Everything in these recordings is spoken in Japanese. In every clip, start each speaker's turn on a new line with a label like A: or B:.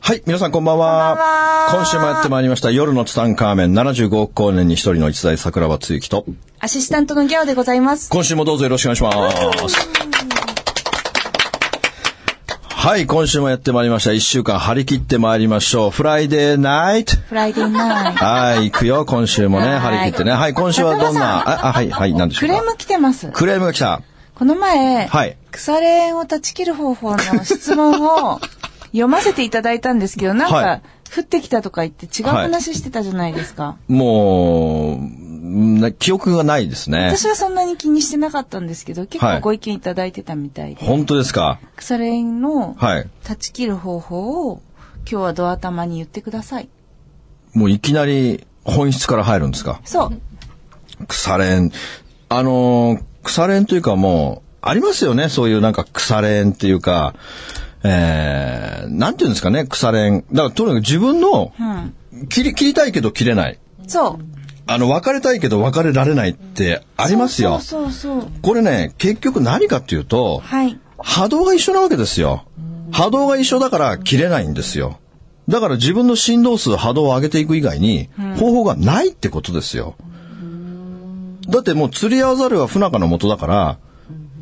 A: はい、皆さんこんばんは。今週もやってまいりました、夜のツタンカーメン75億光年に一人の一代桜庭つゆきと、
B: アシスタントのギャオでございます。
A: 今週もどうぞよろしくお願いします。はい、今週もやってまいりました。一週間張り切ってまいりましょう。フライデーナイト。
B: フライデーナイ ト。
A: はい、行くよ、今週もね、
B: はい
A: 張り切ってね。はい、今週はどんな、あ、あはい、はい、なんでし
B: ク
A: ょう
B: レー
A: か。
B: ム来てます。
A: クレームが来た。
B: この前、
A: はい
B: 腐れ縁を断ち切る方法の質問を読ませていただいたんですけど、なんか、
A: はい
B: 降ってきたとか言って違う
A: はい
B: 話してたじゃないですか。
A: もう、な記憶がないですね。
B: 私はそんなに気にしてなかったんですけど、結
A: は
B: 構
A: い
B: ご意見いただいてたみたいで、
A: 本当ですか。
B: 腐れ縁の
A: はい。
B: 断ち切る方法を今日はドア玉に言ってください。
A: もういきなり本質から入るんですか。
B: そう。
A: 腐れん。あのー腐れんというかもう、ありますよね。そういうなんか腐れんっていうか、えー、なんていうんですかね、腐れん。だからとにかく自分の、
B: うん。
A: 切り、切りたいけど切れない。
B: そう。
A: あの、別れたいけど別れられないってありますよ。
B: そうそうそう。
A: これね、結局何かっていうと、
B: はい。
A: 波動が一緒なわけですよ。波動が一緒だから切れないんですよ。だから自分の振動数、波動を上げていく以外に方法がないってことですよ。だってもう釣り合わざるは不仲のもとだから、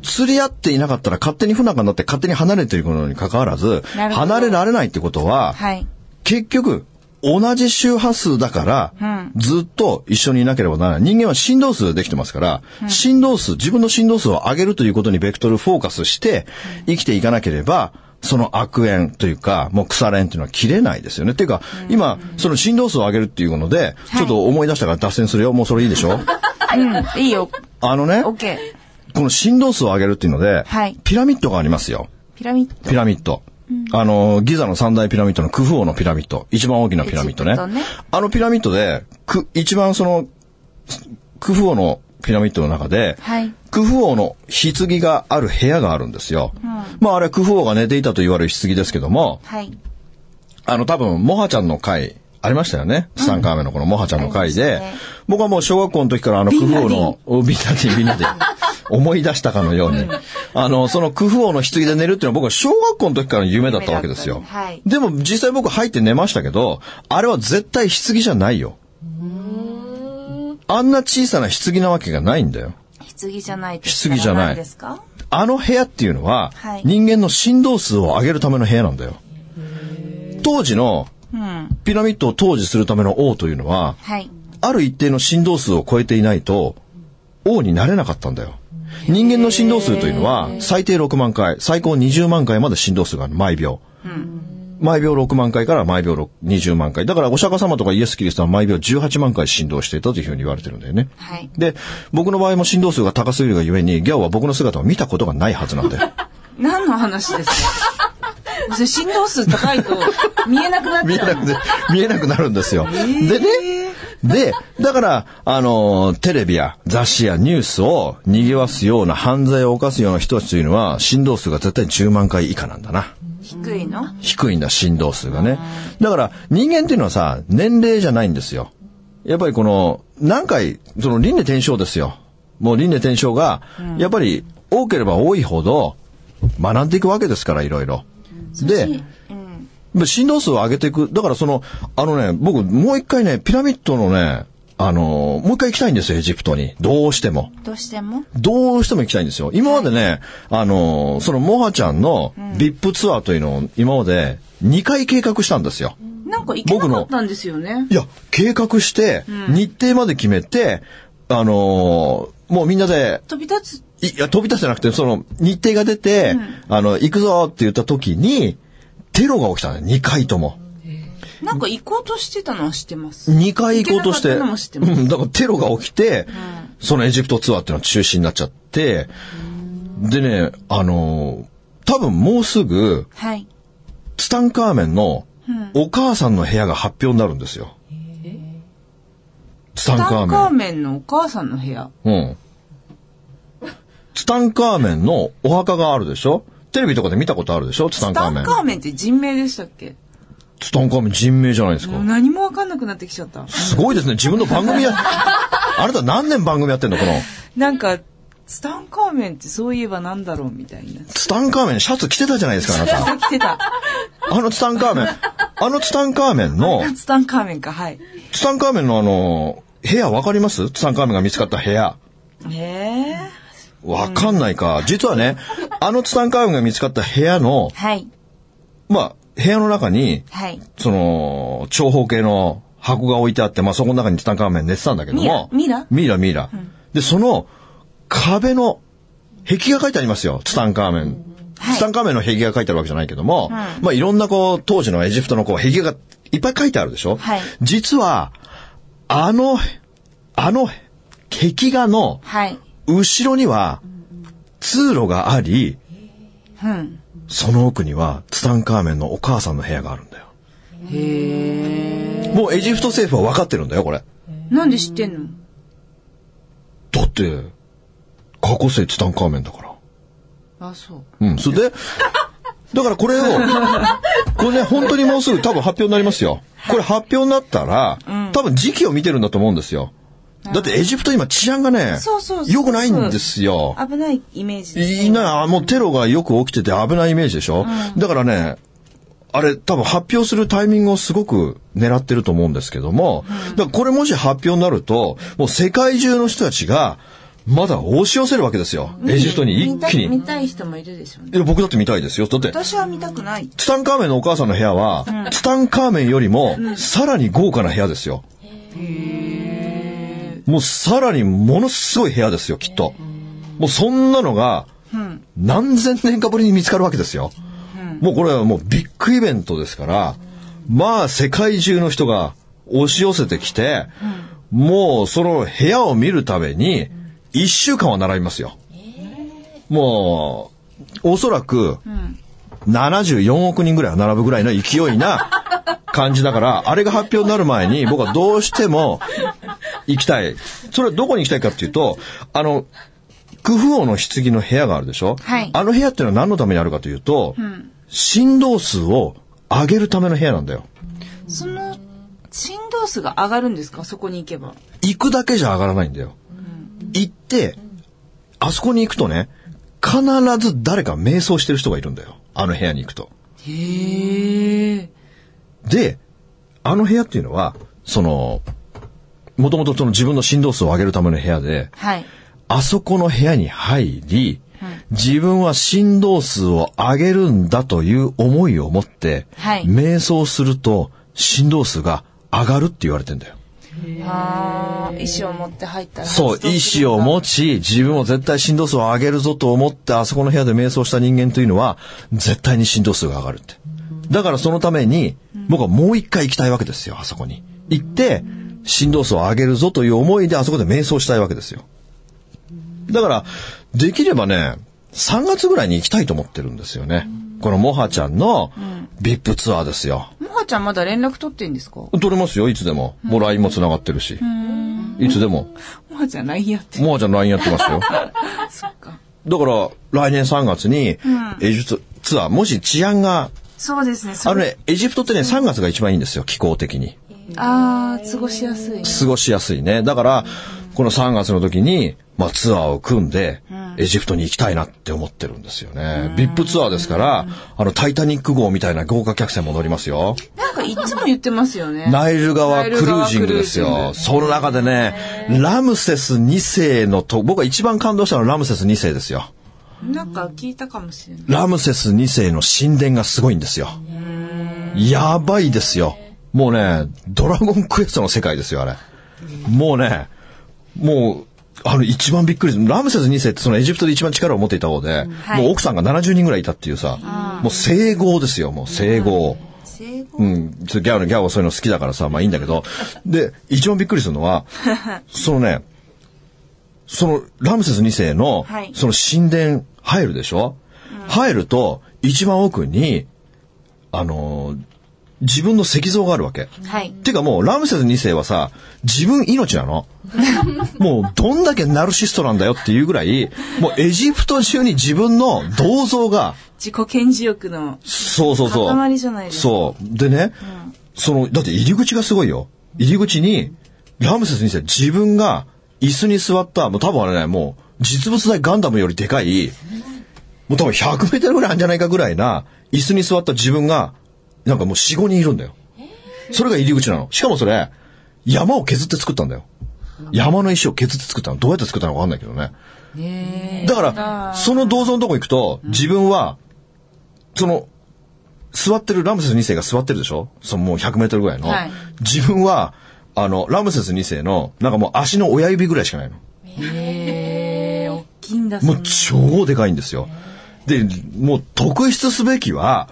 A: 釣り合っていなかったら勝手に不仲になって勝手に離れていくのに関わらず、
B: なるほど
A: 離れられないってことは、
B: はい。
A: 結局、同じ周波数だから、ずっと一緒にいなければならない。人間は振動数でできてますから、振動数、自分の振動数を上げるということにベクトルフォーカスして、生きていかなければ、その悪縁というか、もう腐れ縁というのは切れないですよね。っていうか、今、その振動数を上げるっていうので、ちょっと思い出したから脱線するよ。もうそれいいでしょ
B: うん。いいよ。
A: あのね、
B: オッ
A: こ
B: ケー。
A: の振動数を上げるっていうので
B: はい、
A: ピラミッドがありますよ。
B: ピラミッド。
A: ピラミッド。あの、ギザの三大ピラミッドのクフ王のピラミッド。一番大きなピラミッド
B: エ
A: ね。
B: ジプトね
A: あのピラミッドで、く、一番その、クフ王のピラミッドの中で、
B: はい。
A: クフ王の棺がある部屋があるんですよ。まああれはクフ王が寝ていたと言われる棺ですけども、
B: はい。
A: あの多分、モハちゃんの回、ありましたよね。3回目のこのモハちゃんの回
B: あり
A: で
B: ましたね、
A: 僕はもう小学校の時からあのクフ王の、おビナディ、ビナディ、思い出したかのように、あの、そのクフ王の棺で寝るっていうのは僕は小学校の時からの夢だったわけですよ。
B: 夢だったねはい
A: でも実際僕入って寝ましたけど、あれは絶対棺じゃないよ。あんな小さな棺なわけがないんだよ。
B: 棺じゃないと
A: 棺じゃない
B: 何ですか
A: あの部屋っていうのは
B: はい、
A: 人間の振動数を上げるための部屋なんだよ。当時の
B: うん。
A: ピラミッドを統治するための王というのは、
B: はい。
A: ある一定の振動数を超えていないと、王になれなかったんだよ。人間の振動数というのは、最低6万回、最高20万回まで振動数がある、毎秒。毎秒6万回から毎秒6 20万回。だからお釈迦様とかイエス・キリストは毎秒18万回振動していたというふうに言われてるんだよね。
B: はい。
A: で、僕の場合も振動数が高すぎるがゆえに、ギャオは僕の姿を見たことがないはずなんだよ。
B: 何の話ですかそれ振動数高いと見えなくなっ
A: 見え
B: ちゃ
A: な
B: う。
A: くな見えなくなるんですよ。でね、で、だから、あの、テレビや雑誌やニュースを賑わすような犯罪を犯すような人たちというのは、振動数が絶対10万回以下なんだな。
B: 低いの
A: 低いんだ、振動数がね。だから、人間っていうのはさ、年齢じゃないんですよ。やっぱりこの、何回、その輪廻転生ですよ。もう輪廻転生が、やっぱり多ければ多いほど、学んでいくわけですから、いろいろ。で、
B: うん。
A: で振動数を上げていく。だからその、あのね、僕もう一回ね、ピラミッドのね、あのーもう一回行きたいんですよ、エジプトに。どうしても。
B: どうしても
A: どうしても行きたいんですよ。今までね、あのーそのモハちゃんの VIP ツアーというのを今まで2回計画したんですよ。
B: なんか行けなかったんですよね
A: い。や、計画して、日程まで決めて、あのーもうみんなで
B: 飛び立つ。
A: いいや、飛び出せなくて、その、日程が出て、あの、行くぞって言った時に、テロが起きたんだよ、2回とも。
B: なんか行こうとしてたのは知ってます。
A: 2回行こうとし
B: 行
A: て、
B: けなかったのも知ってます
A: うんだからテロが起きて、そのエジプトツアーっていうのは中止になっちゃって、でね、あのー多分もうすぐ、
B: はい。
A: ツタンカーメンのお母さんの部屋が発表になるんですよ。ツ
B: ツ
A: タン
B: タ
A: カ
B: ンカ
A: ー
B: ーメンのお母さんの部屋。
A: メン。うん。ツタンカーメンのお墓があるでしょテレビとかで見たことあるでしょツタ
B: ツ
A: ンカ
B: タ
A: ーメ
B: ン
A: ン。
B: カーメンって人名でしたっけ
A: ツタンカーメン人名じゃないですか。
B: 何もわかんなくなってきちゃった。
A: すごいですね。自分の番 組や、あなた何年番組やってんのこの、
B: なんか、ツタンカーメンってそういえばなんだろうみたいな。
A: ツタンカーメンシャツ着てたじゃないですか、あな た。
B: 来てた。
A: あのツタンカーメン、あのツタンカーメンの、
B: ツタンカーメンか、はい。
A: ツタンカーメンのあの、部屋わかりますツタンカーメンが見つかった部屋。
B: へえ。
A: わかんないか。実はね、あのツタンカーメンが見つかった部屋の、
B: はい。
A: まあ、部屋の中に、
B: はい。
A: その、長方形の箱が置いてあって、まあそこの中にツタンカーメン寝てたんだけども。
B: ミイラ
A: ミイラミイラで、その壁の壁が書いてありますよ。ツタンカーメン。
B: はい
A: ツタンカーメンの壁が書いてあるわけじゃないけども、まあいろんなこう、当時のエジプトのこう、壁画がいっぱい書いてあるでしょ
B: はい
A: 実は、あの、あの壁画の
B: はい。
A: 後ろには通路があり、
B: うん。
A: その奥にはツタンカーメンのお母さんの部屋があるんだよ。
B: へえ。
A: もうエジプト政府は分かってるんだよ、これ。
B: なんで知ってんの
A: だって、過去世ツタンカーメンだから。
B: あ、そう。
A: うん、それで、だからこれを、これね、本当にもうすぐ多分発表になりますよ。これ発表になったら、多分時期を見てるんだと思うんですよ。だってエジプト今治安がね
B: そうそう、そう
A: 良くないんですよ。
B: 危ないイメージですね
A: いな、もうテロがよく起きてて危ないイメージでしょ、だからね、あれ多分発表するタイミングをすごく狙ってると思うんですけども、だからこれもし発表になると、もう世界中の人たちが、まだ押し寄せるわけですよ。エジプトに一気に。
B: 見たい人もいるでしょうね。
A: いや僕だって見たいですよ。だって、
B: 私は見たくない。
A: ツタンカーメンのお母さんの部屋は、ツタンカーメンよりも、さらに豪華な部屋ですよ。もうさらにものすごい部屋ですよ、きっと。もうそんなのが、何千年かぶりに見つかるわけですよ。もうこれはもうビッグイベントですから、まあ世界中の人が押し寄せてきて、もうその部屋を見るために、一週間は並びますよ。もう、おそらく、74億人ぐらいは並ぶぐらいの勢い な感じだから、あれが発表になる前に僕はどうしても行きたい。それはどこに行きたいかっていうと、あの、クフ王の棺の部屋があるでしょ、
B: はい
A: あの部屋っていうのは何のためにあるかというと、振動数を上げるための部屋なんだよ。
B: その、振動数が上がるんですかそこに行けば。
A: 行くだけじゃ上がらないんだよ。行って、あそこに行くとね、必ず誰か瞑想してる人がいるんだよ。あの部屋に行くと。
B: へえ。
A: で、あの部屋っていうのは、その、もともとその自分の振動数を上げるための部屋で、
B: はい。
A: あそこの部屋に入り、自分は振動数を上げるんだという思いを持って、
B: はい
A: 瞑想すると振動数が上がるって言われてんだよ。
B: ああ、意思を持って入ったら。
A: そう、意志を
B: っ
A: 持ち、自分を絶対振動数を上げるぞと思って、あそこの部屋で瞑想した人間というのは、絶対に振動数が上がるって。だからそのために、僕はもう一回行きたいわけですよ、あそこに。行って、振動数を上げるぞという思いで、あそこで瞑想したいわけですよ。だから、できればね、3月ぐらいに行きたいと思ってるんですよね。このモハちゃんの VIP ツアーですよ。
B: もはちゃんまだ連絡取ってんですかも
A: 取れますよ、いつでも。もう LINE も繋がってるし。いつでも。
B: はちゃん LINE やってる。
A: モハちゃん LINE やってますよ。
B: そっか。
A: だから、来年3月に、エジプトツアー、もし治安が、
B: そうですね。そ
A: あの
B: れ
A: ね、エジプトってね、3月が一番いいんですよ、気候的に。
B: ああ、過ごしやすい。
A: 過ごしやすいね。だから、この3月の時に、まあツアーを組んで、エジプトに行きたいなって思ってるんですよね。VIP ツアーですから、あの、タイタニック号みたいな豪華客船も乗りますよ。
B: なんかいつも言ってますよね。
A: ナイル川
B: ナ
A: ク
B: イ
A: ル
B: ル川
A: ージングです
B: クルー
A: よ。その中でね、ラムセス2世のと、僕は一番感動したのはラムセス2世ですよ。
B: なんか聞いたかもしれない。
A: ラムセス2世の神殿がすごいんですよ。やばいですよ。もうね、ドラゴンクエストの世界ですよ、あれ。もうね、もう、あの、一番びっくりラムセス2世ってそのエジプトで一番力を持っていた方で、
B: い
A: もう奥さんが70人ぐらいいたっていうさ、もう整合ですよ、もう整合。
B: 生後
A: うん、ちょっとギャオのギャオはそういうの好きだからさ、まあいいんだけど。で、一番びっくりするのは、そのね、そのラムセス2世の、
B: はい
A: その神殿入るでしょ、入ると、一番奥に、あのー自分の石像があるわけ。
B: はい。
A: てかもう、ラムセス2世はさ、自分命な の。もう、どんだけナルシストなんだよっていうぐらい、もうエジプト中に自分の銅像が、
B: 自己顕示欲の。
A: そうそうそう。
B: 塊じゃないですか
A: そう。でね、その、だって入り口がすごいよ。入り口に、ラムセス2世、自分が椅子に座った、もう多分あれね、もう、実物大ガンダムよりでかい、もう多分100メートルぐらいあるんじゃないかぐらいな、椅子に座った自分が、なんかもう4、5人いるんだよ。それが入り口なの。しかもそれ、山を削って作ったんだよ。山の石を削って作ったの。どうやって作ったのかわかんないけどね。だから、その銅像のとこ行くと、自分は、その、座ってるラムセス2世が座ってるでしょそのもう100メートルぐらいの。
B: はい
A: 自分は、あの、ラムセス2世の、なんかもう足の親指ぐらいしかないの。
B: へえ、大きいんだ、そ
A: も
B: ん
A: う
B: な。
A: 超でかいんですよ。で、もう特筆すべきは、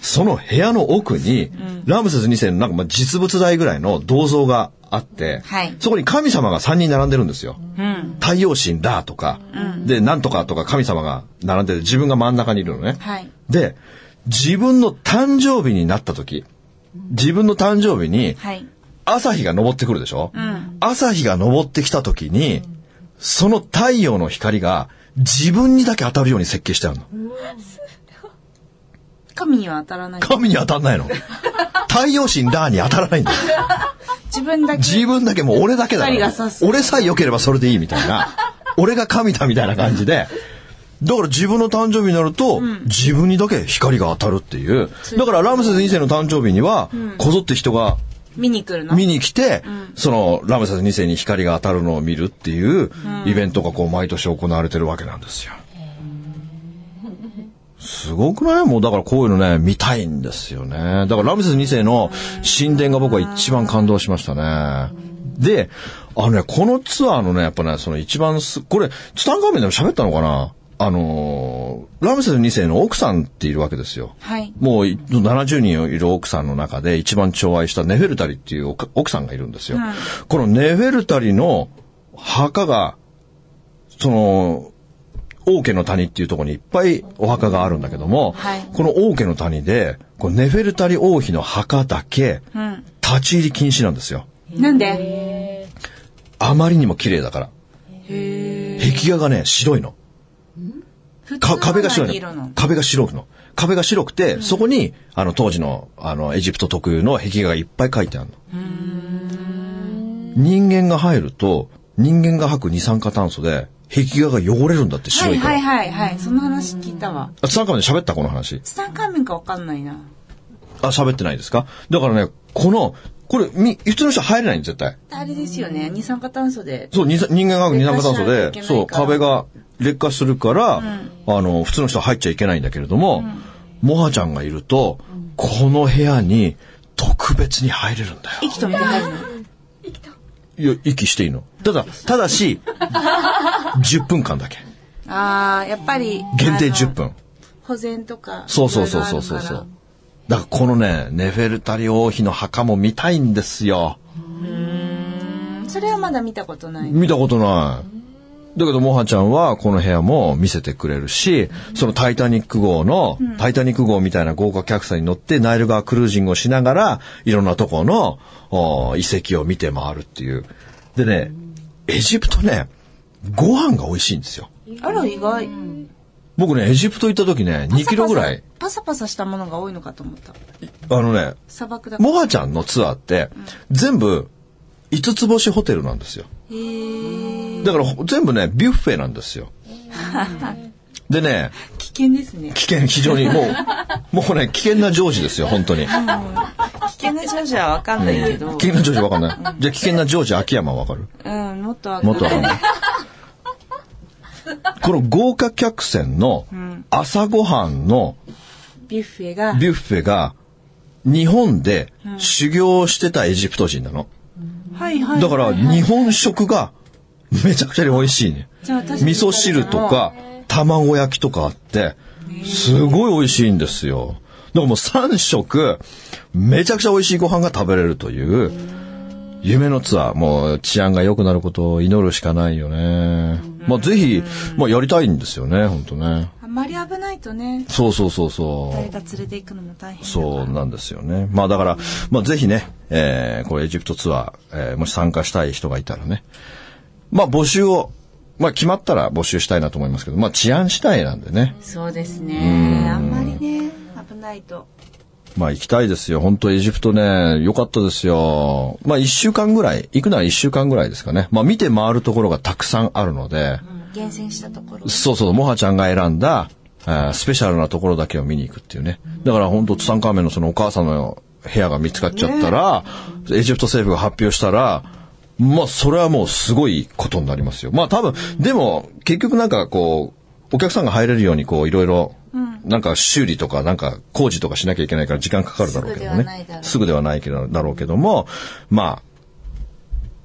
A: その部屋の奥に、ラムセス2世のなんかまあ実物大ぐらいの銅像があって、
B: はい
A: そこに神様が3人並んでるんですよ。
B: うん。
A: 太陽神だとか、で、なんとかとか神様が並んでて、自分が真ん中にいるのね。
B: はい。
A: で、自分の誕生日になった時、自分の誕生日に
B: はい。
A: 朝日が昇ってくるでしょ、
B: ん
A: 朝日が昇ってきた時に、その太陽の光が自分にだけ当たるように設計してあるの。
B: 神には当たらない。
A: 神に当た んないの。太陽神ラーに当たらないんだよ。
B: 自分だけ。
A: 自分だけもう俺だけだか
B: 光が
A: ら
B: 差す
A: 俺さえ良ければそれでいいみた いな俺が神だみたいな感じでだから自分の誕生日になると、自分にだけ光が当たるっていうだからラムセス2世の誕生日には、こぞって人が
B: 見に来るの。
A: 見に来て、そのラムセス2世に光が当たるのを見るっていうイベントがこう毎年行われてるわけなんですよ。すごくないもうだからこういうのね、見たいんですよね。だからラムセス2世の神殿が僕は一番感動しましたね。で、あのね、このツアーのね、やっぱね、その一番す、これ、ツタンカーメンでも喋ったのかなあのーラムセス2世の奥さんっているわけですよ。
B: はい。
A: もうい70人いる奥さんの中で一番寵愛したネフェルタリっていう奥奥さんがいるんですよ。
B: はい
A: このネフェルタリの墓が、その、王家の谷っていうところにいっぱいお墓があるんだけども、
B: はい
A: この王家の谷で、このネフェルタリ王妃の墓だけ、
B: うん。
A: 立ち入り禁止なんですよ。
B: なんで
A: あまりにも綺麗だから。壁画がね、白いの。
B: 普通
A: か
B: の
A: 壁が白い
B: 何色
A: の
B: の。。
A: 壁が白くの。壁が白くて、そこに、あの、当時の、あの、エジプト特有の壁画がいっぱい書いてあるの。人間が入ると、人間が吐く二酸化炭素で、壁画が汚れるんだって
B: は
A: 白
B: い
A: いか
B: はい
A: ら。
B: はいはい。その話聞いたわ。
A: あ、ツタンカーメンで喋ったこの話。
B: ツタンカーメンかわかんないな。
A: あ、喋ってないですかだからね、この、これ、み、普通の人入れないん絶対。
B: あれですよね。二酸化炭素で。
A: そう、二酸人間が二酸化炭素
B: 劣化しちゃいけ
A: で、
B: ないから
A: そう、壁が劣化するから、あの、普通の人は入っちゃいけないんだけれども、モハちゃんがいると、この部屋に特別に入れるんだよ。
B: 息止めて入るの。
A: いや、息していいの。ただ、ただし、10分間だけ。
B: ああ、やっぱり。
A: 限定
B: あの
A: 10分。
B: 保全とか。
A: そうそうそうそうそう
B: いろい
A: そ
B: ろあ
A: う
B: るか。
A: だからこのね、ネフェルタリ王妃の墓も見たいんですよ。
B: らうんそれはまだ見たことない。
A: 見たことない。だけど、モハちゃんはこの部屋も見せてくれるし、そのタイタニック号の、タイタニック号みたいな豪華客船に乗ってナイル川クルージングをしながら、いろんなとこのお遺跡を見て回るっていう。でね、エジプトね、ご飯が美味しいんですよ。
B: あら、意外。
A: 僕ね、エジプト行った時ね、2キロぐらい、
B: パサパサ。パサパサしたものが多いのかと思った。
A: あのね、
B: 砂漠だから。
A: モハちゃんのツアーって、全部、5つ星ホテルなんですよ。
B: へえ。
A: だからほ全部ね、ビュッフェなんですよ。でね、
B: 危険ですね。
A: 危険、非常に、もう、もうね、危険な上司ですよ、本当に。
B: 危険な上司はわかんないけ
A: 危
B: ど。
A: 険な上司わかんない。じゃあ危険な上司、秋山わかる
B: うん、もっとわか
A: もっ
B: ん
A: とわ
B: な
A: かん
B: い。
A: ない。この豪華客船の朝ごはんの
B: ビュッフェが。
A: ビュッフェが、日本で修行してたエジプト人なの。
B: はいはい。
A: だから、日本食がめちゃくちゃに美味しいね。
B: じゃあ私
A: 味噌汁とか、卵焼きとかあって、すごい美味しいんですよ。だからもう3食、めちゃくちゃ美味しいご飯が食べれるという、夢のツアー。もう治安が良くなることを祈るしかないよね。まあぜひ、まあやりたいんですよね、ほんとね。
B: ああんまり危ないとね、
A: そうそうそうそう。
B: 誰か連れて行くのも大変だから
A: そうなんですよね。まあだから、まあぜひね、えー、これエジプトツアー、えー、もし参加したい人がいたらね、まあ募集を、まあ決まったら募集したいなと思いますけど、まあ治安次第なんでね、
B: そうですね。あんまりね、危ないと。
A: まあ行きたいですよ。本当エジプトね、良かったですよ。まあ一週間ぐらい、行くなら一週間ぐらいですかね。まあ見て回るところがたくさんあるので、
B: 厳選したところ。
A: そうそう、モハちゃんが選んだ、えースペシャルなところだけを見に行くっていうね。だから本当ツタンカーメンのそのお母さんの部屋が見つかっちゃったら、エジプト政府が発表したら、まあそれはもうすごいことになりますよ。まあ多分、でも結局なんかこう、お客さんが入れるようにこういろいろ、なんか修理とかなんか工事とかしなきゃいけないから時間かかるだろうけど
B: すぐではないだろ
A: ね。
B: う
A: すぐではないけどだろうけども、まあ、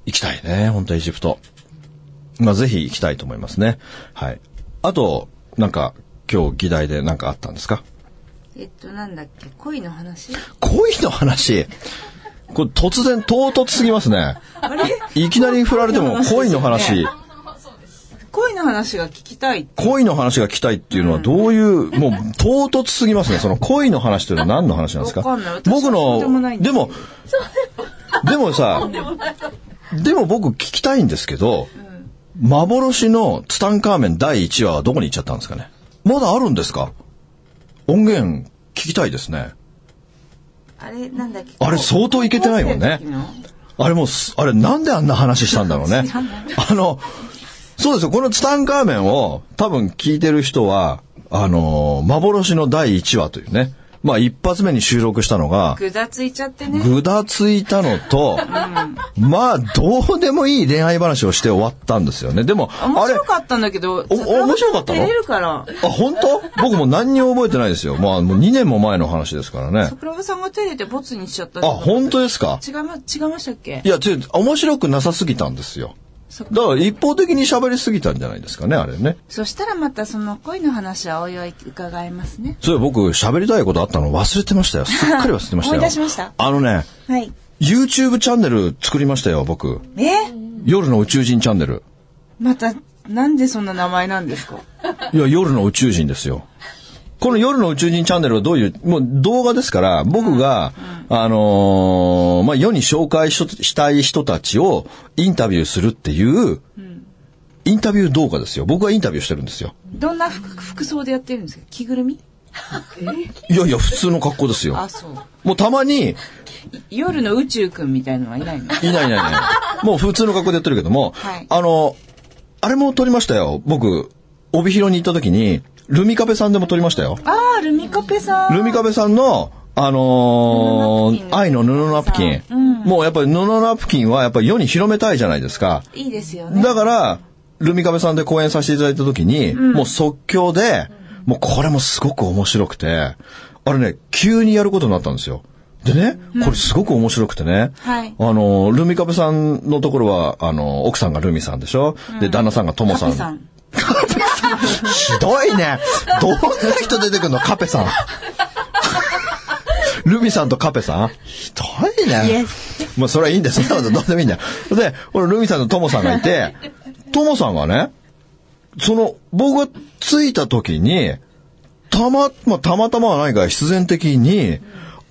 A: 行きたいね。本当エジプト。まあ、ぜひ行きたいと思いますね。はい。あと、なんか、今日議題で何かあったんですか
B: えっと、なんだっけ、恋の話
A: 恋の話。これ突然、唐突すぎますね。
B: あれ
A: いきなり振られても恋の話、
B: 恋の話が聞きたい。
A: 恋の話が来たいっていうのはどういう、もう唐突すぎますね。その恋の話というのは何の話なんですか
B: わかんない私
A: 僕
B: とんでもない
A: の、
B: んで
A: ですも、でもさ、でも僕聞きたいんですけど、幻のツタンカーメン第1話はどこに行っちゃったんですかねまだあるんですか音源聞きたいですね。
B: あれ、なんだっけ。
A: あれ相当いけてないもんね
B: 高校生の時の
A: あれもうす、あれなんであんな話したんだろうね
B: 知らない。
A: あの、そうですよ。このツタンカーメンを多分聞いてる人は、あのー幻の第1話というね。まあ一発目に収録したのが、
B: ぐだついちゃってね。
A: ぐだついたのと、まあどうでもいい恋愛話をして終わったんですよね。でも、あ
B: 面
A: れ
B: 照、かったんだけど、
A: おお面白かったの
B: 照れるから。
A: あ、本当僕も何にも覚えてないですよ。まあもう2年も前の話ですからね。
B: 桜庭さんが照れてボツにしちゃった
A: あ、本当ですか
B: 違いま、違いましたっけ
A: いや、ちょ、面白くなさすぎたんですよ。
B: そ
A: だから一方的に喋りすぎたんじゃないですかね、あれね。
B: そしたらまたその恋の話はおいおい伺いますね。
A: そういえば僕喋りたいことあったの忘れてましたよ。すっかり忘れてましたよ。
B: 思い出しました
A: あのね、
B: はい。
A: YouTube チャンネル作りましたよ、僕。
B: え
A: 夜の宇宙人チャンネル。
B: また、なんでそんな名前なんですか
A: いや、夜の宇宙人ですよ。この夜の宇宙人チャンネルはどういう、もう動画ですから、僕が、あのーまあ、世に紹介ししたい人たちをインタビューするっていう、インタビュー動画ですよ。僕がインタビューしてるんですよ。
B: どんな服服装でやってるんですか着ぐるみ
A: いやいや、普通の格好ですよ
B: あ、。そう。
A: もうたまに、
B: 夜の宇宙くんみたいのはいないの
A: いないいないいない。もう普通の格好でやってるけども、
B: はい
A: あの、あれも撮りましたよ。僕、帯広に行った時に、ルミカベさんでも撮りましたよ。
B: あー、ルミカペさん。
A: ルミカベさんの、あの
B: 布ナプキン
A: ー、
B: の
A: 愛の布ナプキン。もうやっぱり布ナプキンはやっぱり世に広めたいじゃないですか。
B: いいですよね。
A: だから、ルミカベさんで講演させていただいた時に、もう即興で、もうこれもすごく面白くて、あれね、急にやることになったんですよ。でね、これすごく面白くてね、
B: はい
A: あの、ルミカベさんのところは、あの、奥さんがルミさんでしょ、で、旦那さんがトモ
B: カ
A: さん。
B: ペさん。
A: ひどいね。どんな人出てくんのカペさん。ルミさんとカペさんひどいね。もうそれはいいんだよ。そんなことどうでもいいんだよ。で、俺ルミさんとトモさんがいて、トモさんがね、その、僕が着いた時に、たま、まあ、たまたまはないから必然的に、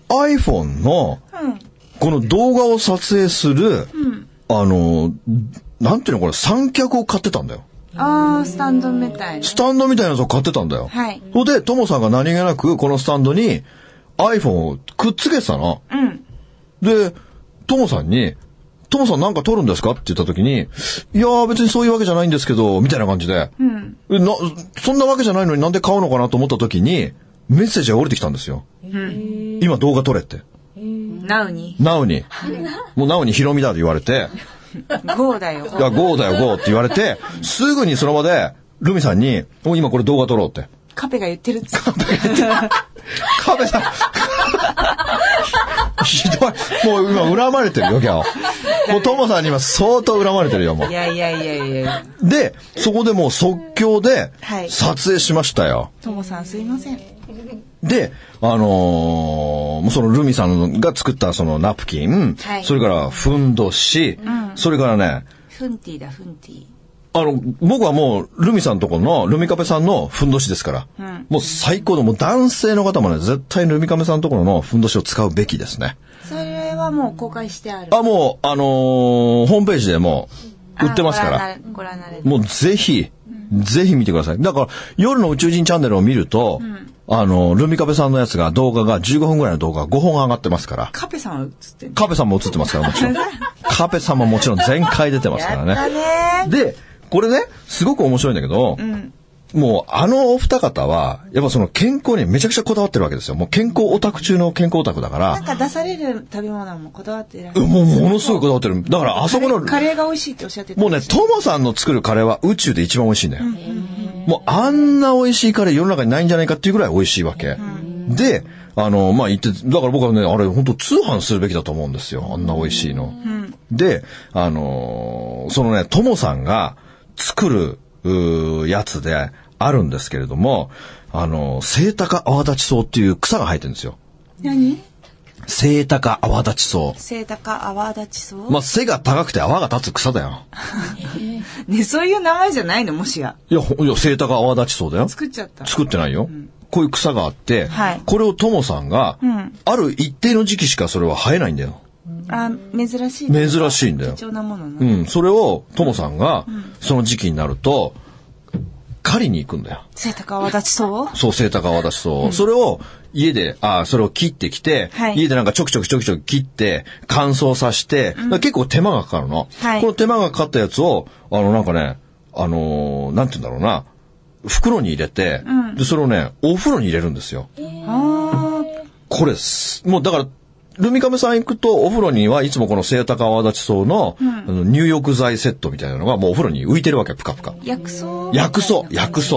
A: iPhone の、
B: うん。
A: この動画を撮影する、あの、なんていうのこれ、三脚を買ってたんだよ。
B: あー、スタンドみたいな
A: ス。タンドみたいなやつを買ってたんだよ。
B: はい
A: それで、トモさんが何気なく、このスタンドに iPhone をくっつけてたの。
B: うん。
A: で、トモさんに、トモさんなんか撮るんですかって言った時に、いやー別にそういうわけじゃないんですけど、みたいな感じで、
B: うん。
A: えな、そんなわけじゃないのになんで買うのかなと思った時に、メッセージが降りてきたんですよ。今動画撮れって。
B: なうに。
A: な おに。もうなおにヒロミだと言われて、
B: ゴーだよ。
A: いや、ゴーだよ、ゴーって言われて、すぐにその場で、ルミさんに、もう今これ動画撮ろうって。
B: カペが言ってるっつって。
A: カメさん。 ひどい。もう今恨まれてるよ、ギャオ。もうトモさんに今相当恨まれてるよ、も
B: いやいやいやいや
A: う。で、そこでもう即興で
B: はい
A: 撮影しましたよ。
B: ともさんすいません。
A: で、あのーもうそのルミさんが作ったそのナプキン、
B: はい
A: それからふんどし、それからね、
B: フンティだ、フンティ。
A: あの、僕はもう、ルミさんとこの、ルミカペさんのふんどしですから、もう最高の、もう男性の方もね、絶対ルミカペさんところのふんどしを使うべきですね。
B: それはもう公開してある。
A: あ、もう、あのーホームページでもう、売ってますから。
B: あ。ご覧になれご覧になれる。
A: もうぜひ、ぜひ見てください。だから、夜の宇宙人チャンネルを見ると、あの、ルミカベさんのやつが動画が、15分ぐらいの動画が5本上がってますから、
B: カペさんは映ってんの
A: カペさんも映ってますから、もち ろん。カペさんももちろん全開出てますから
B: や
A: ね。
B: ったね
A: で、これね、すごく面白いんだけど、もうあのお二方は、やっぱその健康にめちゃくちゃこだわってるわけですよ。もう健康オタク中の健康オタクだか
B: な
A: ら
B: ん、か出される食べ物もこだわっていらっしゃる。
A: もうものすごいこだわってる。だからあそこの、
B: カレーが美味しいっておっしゃってた。
A: もうね、トモさんの作るカレーは宇宙で一番美味しいんだよ。もうあんな美味しいカレー世の中にないんじゃないかっていうぐらい美味しいわけ。で、あの、まあ、言って、だから僕はね、あれ本当通販するべきだと思うんですよ。あんな美味しいの。で、あのーそのね、トモさんが作る、うーやつであるんですけれども、あのー、セイタカ泡立ち草っていう草が生えてるんですよ。
B: 何
A: セイタカ泡立ち草。
B: セイタカ泡立ちそう、
A: まあ、背が高くて泡が立つ草だよ。
B: ね、そういう名前じゃないのもしや。
A: いや、ほいや、セイタカ泡立ち草だよ。
B: 作っちゃった。
A: 作ってないよ。こういう草があって、
B: はい
A: これをトモさんが、
B: ん
A: ある一定の時期しかそれは生えないんだよ。
B: あ、珍しい。
A: 珍しいんだよ
B: 貴。重なものな。
A: うん、それをトモさんが、その時期になると、狩りに行くんだよ。
B: セイタカ泡立ちそう
A: そう、セイタカワダシソウそれを家で、ああ、それを切ってきて、
B: はい
A: 家でなんかちょくちょくちょくちょく切って、乾燥させて、だから結構手間がかかるの、
B: はい
A: この手間がかかったやつを、あの、なんかね、あのーなんて言うんだろうな、袋に入れて、で、それをね、お風呂に入れるんですよ。
B: あ
A: これす、もうだから、ルミカメさん行くと、お風呂にはいつもこのセイタカワダチソウの、あの入浴剤セットみたいなのが、もうお風呂に浮いてるわけ、ぷかぷか。
B: ー薬草
A: 薬草、薬草。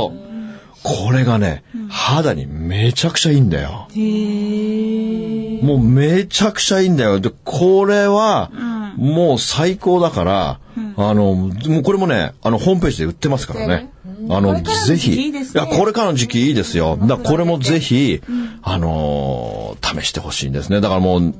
A: これがね、肌にめちゃくちゃいいんだよ。
B: へー。
A: もうめちゃくちゃいいんだよ。で、これは、もう最高だから、あの、もうこれもね、あの、ホームページで売ってますからね。あ
B: こ
A: の
B: れから、の時
A: ぜ
B: 期
A: ひ、
B: いいですね
A: やこれからの時期いいですよ。だからこれもぜひ、あのー試してほしいんですね。だからもう、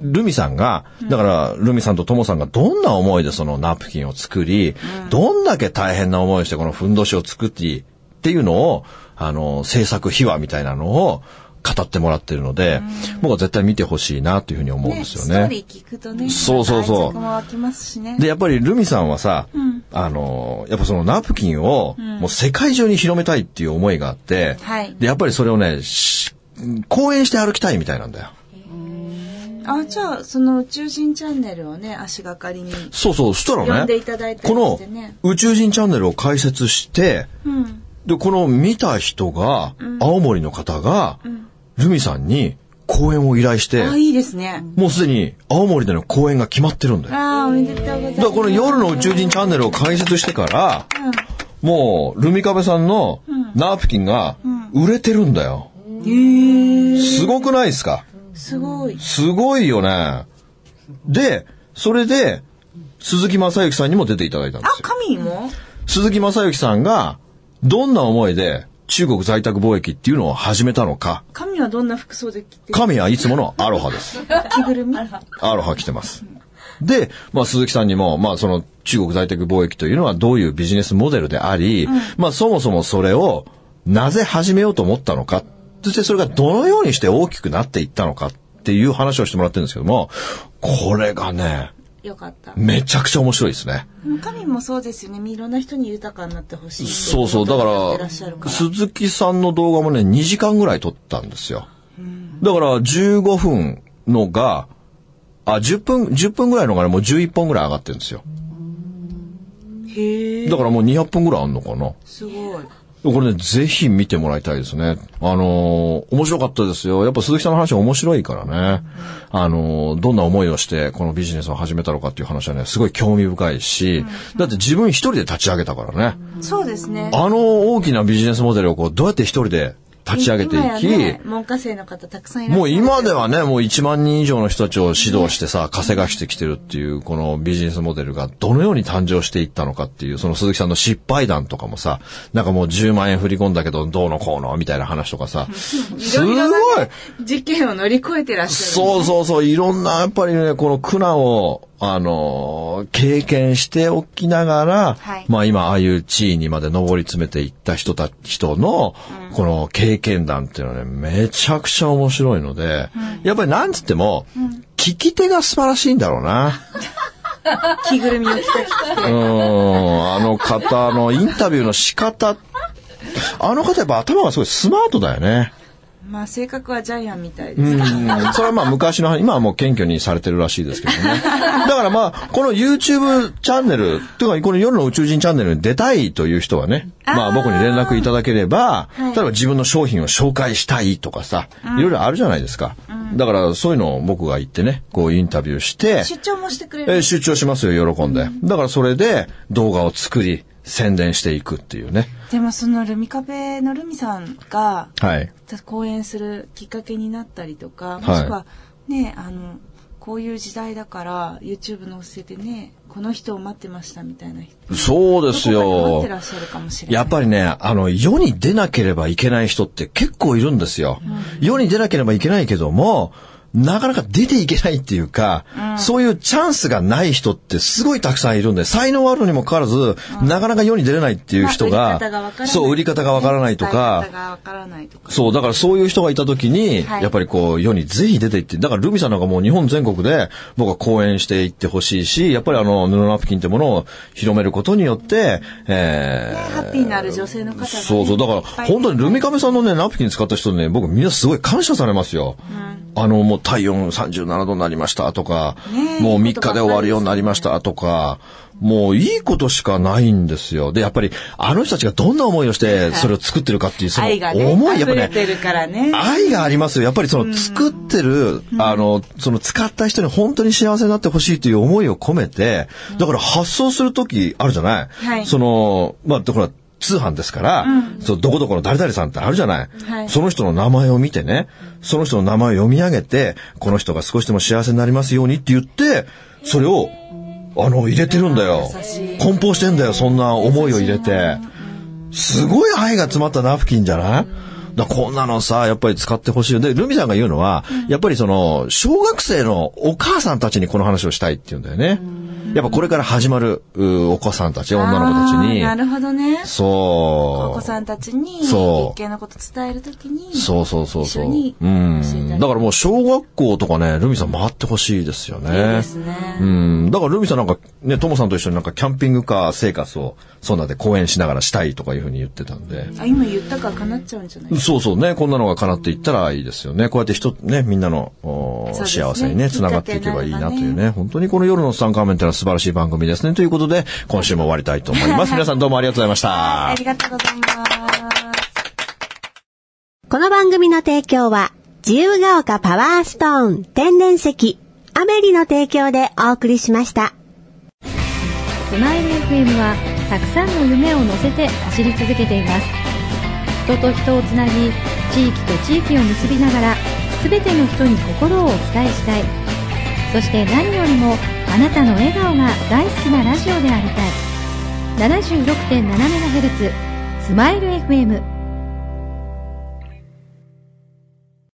A: ルミさんが、だから、ルミさんとトモさんがどんな思いでそのナプキンを作り、どんだけ大変な思いをしてこのふんどしを作って、っていうのを、あの、制作秘話みたいなのを語ってもらってるので、僕は絶対見てほしいなというふうに思うんですよ
B: ストーリ
A: ね。
B: ー聞くとね。
A: そうそうそう
B: 愛着も湧きますしね。
A: で、やっぱりルミさんはさ、あの、やっぱそのナプキンを、もう世界中に広めたいっていう思いがあって、
B: はい
A: で、やっぱりそれをね、し講演して歩きたいみたいなんだよ。
B: あ、じゃあ、その宇宙人チャンネルをね、足がかりに。
A: そうそう、そしたらね、
B: 呼んでいただいたりしてね
A: この宇宙人チャンネルを開設して、
B: うん。
A: で、この見た人が、青森の方が、ルミさんに講演を依頼して、
B: あ、いいですね。
A: もうすでに青森での講演が決まってるんだよ。
B: あーおめでとうございます。
A: だからこの夜の宇宙人チャンネルを開設してから、もう、ルミカベさんのナープキンが売れてるんだよ。
B: へえ。
A: すごくないですか
B: すごい。
A: すごいよね。で、それで、鈴木正幸さんにも出ていただいたんで
B: あ
A: す、よ。
B: 神も
A: 鈴木正幸さんが、どんな思いで中国在宅貿易っていうのを始めたのか。
B: 神はどんな服装で着て
A: 神はいつものアロハです。
B: 着ぐるみ
A: アロハ着てます。で、まあ、鈴木さんにも、まあ、その中国在宅貿易というのはどういうビジネスモデルであり、まあ、そもそもそれをなぜ始めようと思ったのか、そしてそれがどのようにして大きくなっていったのかっていう話をしてもらってるんですけども、これがね、
B: よかった。
A: めちゃくちゃ面白いですね。
B: 神もそうですよね。いろんな人に豊かになってほしいって。
A: そうそう。だ
B: やってらっしゃる
A: か、
B: からら
A: 鈴木さんの動画もね、2時間ぐらい撮ったんですよ。だから、15分のが、あ、10分、10分ぐらいのがね、もう11本ぐらい上がってるんですよ。
B: へえ。
A: だからもう200本ぐらいあんのかな。
B: すごい。
A: これね、ぜひ見てもらいたいですね。あのー面白かったですよ。やっぱ鈴木さんの話面白いからね。あのーどんな思いをしてこのビジネスを始めたのかっていう話はね、すごい興味深いし、だって自分一人で立ち上げたからね。
B: そうですね。
A: あの大きなビジネスモデルをこうどうやって一人で立ち上げてい
B: 今や
A: き、
B: ね、文科生の方たくさんいらっしゃ
A: もう
B: る。
A: 今ではね、もう1万人以上の人たちを指導してさ、稼がしてきてるっていう、このビジネスモデルがどのように誕生していったのかっていう、その鈴木さんの失敗談とかもさ、なんかもう10万円振り込んだけどどうのこうのみたいな話と かさ、すごい
B: 事件を乗り越えてらっしゃる。
A: そうそうそう、いろんなやっぱりね、この苦難をあのー経験しておきながら、
B: はい
A: まあ今ああいう地位にまで上り詰めていった人た、人の、この経験談っていうのはね、めちゃくちゃ面白いので、やっぱりなんつっても、聞き手が素晴らしいんだろうな。
B: 着ぐるみを着た着
A: うーん、あの方のインタビューの仕方、あの方やっぱ頭がすごいスマートだよね。
B: まあ性格はジャイアンみたいで
A: う
B: す。
A: ん、それはまあ昔の話、今はもう謙虚にされてるらしいですけ どね。だからまあ、この YouTube チャンネル、というかこの夜の宇宙人チャンネルに出たいという人はね、まあ僕に連絡いただければ、例えば自分の商品を紹介したいとかさ、いろいろあるじゃないですか。だからそういうのを僕が行ってね、こうインタビューして、
B: 出張もしてくれ
A: えー
B: る。
A: 出張しますよ、喜んで。だからそれで動画を作り、宣伝していくっていうね。
B: でもそのルミカフェのルミさんが
A: はい。
B: 講演するきっかけになったりとか、
A: い
B: もしくはね、あの、こういう時代だから YouTube のせてね、この人を待ってましたみたいな人。
A: そうです
B: どこかに待っ
A: よ
B: て。らっしゃるかもしれない。
A: やっぱりね、あの、世に出なければいけない人って結構いるんですよ。世に出なければいけないけども、なかなか出ていけないっていうか、そういうチャンスがない人ってすごいたくさんいるんで、才能はあるにもかかわらず、なかなか世に出れないっていう人
B: まあ売り方
A: が
B: がわからな、い
A: そう、売り方がわからないとか
B: 伝え、方がわからないとか。
A: そう、だからそういう人がいたときに、
B: はい
A: やっぱりこう、世にぜひ出ていって、だからルミさんなんかもう日本全国で僕は講演していってほしいし、やっぱりあの、布ナプキンってものを広めることによって、えー、
B: ハッピーになる女性の方がね
A: そうそう、だから本当にルミカメさんのね、ナプキン使った人ね、僕みんなすごい感謝されますよ。あの、もう体温37度になりましたとか、
B: ねえ
A: もう3日で終わるようになりましたとか、もういいことしかないんですよ。で、やっぱりあの人たちがどんな思いをしてそれを作ってるかっていう、その
B: 愛がね、
A: 思い、やっぱ
B: 溢れ
A: ね、
B: てるからね。
A: 愛がありますよ。やっぱりその作ってる、あの、その使った人に本当に幸せになってほしいという思いを込めて、だから発送するときあるじゃない、
B: はい
A: その、まあ、だから通販ですから、そのどこどこの誰々さんってあるじゃない、
B: はい
A: その人の名前を見てね、その人の名前を読み上げて、この人が少しでも幸せになりますようにって言って、それを、あの、入れてるんだよ
B: 優しい。
A: 梱包してんだよ、そんな思いを入れて。すごい愛が詰まったナプキンじゃないだからこんなのさ、やっぱり使ってほしいよ。で、ルミさんが言うのは、やっぱりその、小学生のお母さんたちにこの話をしたいって言うんだよね。やっぱこれから始まる、うお子さんたち、女の子たちに
B: あーな。るほどね。お
A: そ
B: 子
A: う。
B: さんたちに、
A: そう
B: 日系のこと伝えるときに、
A: そうそうそうそう。
B: 一緒
A: う
B: に教えてあげ
A: ん。
B: る
A: だからもう小学校とかね、ルミさん回ってほしいですよね。
B: いいですね。
A: うん。だからルミさんなんか、ね、ともさんと一緒になんかキャンピングカー生活を、そんなで講演しながらしたいとかいうふうに言ってたんで。
B: あ、今言ったから叶っちゃうんじゃない
A: そうそうね。こんなのが叶っていったらいいですよね。こうやって人、ね、みんなの、お
B: そうですね
A: 幸せにね、
B: きっかけ
A: 繋がっていけばいいなという
B: にな
A: ね。本当にこの夜のツタンカーメンってのは素晴らしい番組ですね。ということで、今週も終わりたいと思い ます。皆さんどうもありがとうございました。
B: ありがとうございます。
C: この番組の提供は、自由が丘パワーストーン天然石、アメリの提供でお送りしました。
D: スマイル FM はたくさんの夢を乗せて走り続けています人と人をつなぎ地域と地域を結びながら全ての人に心をお伝えしたいそして何よりもあなたの笑顔が大好きなラジオでありたい 76.7MHz スマイル FM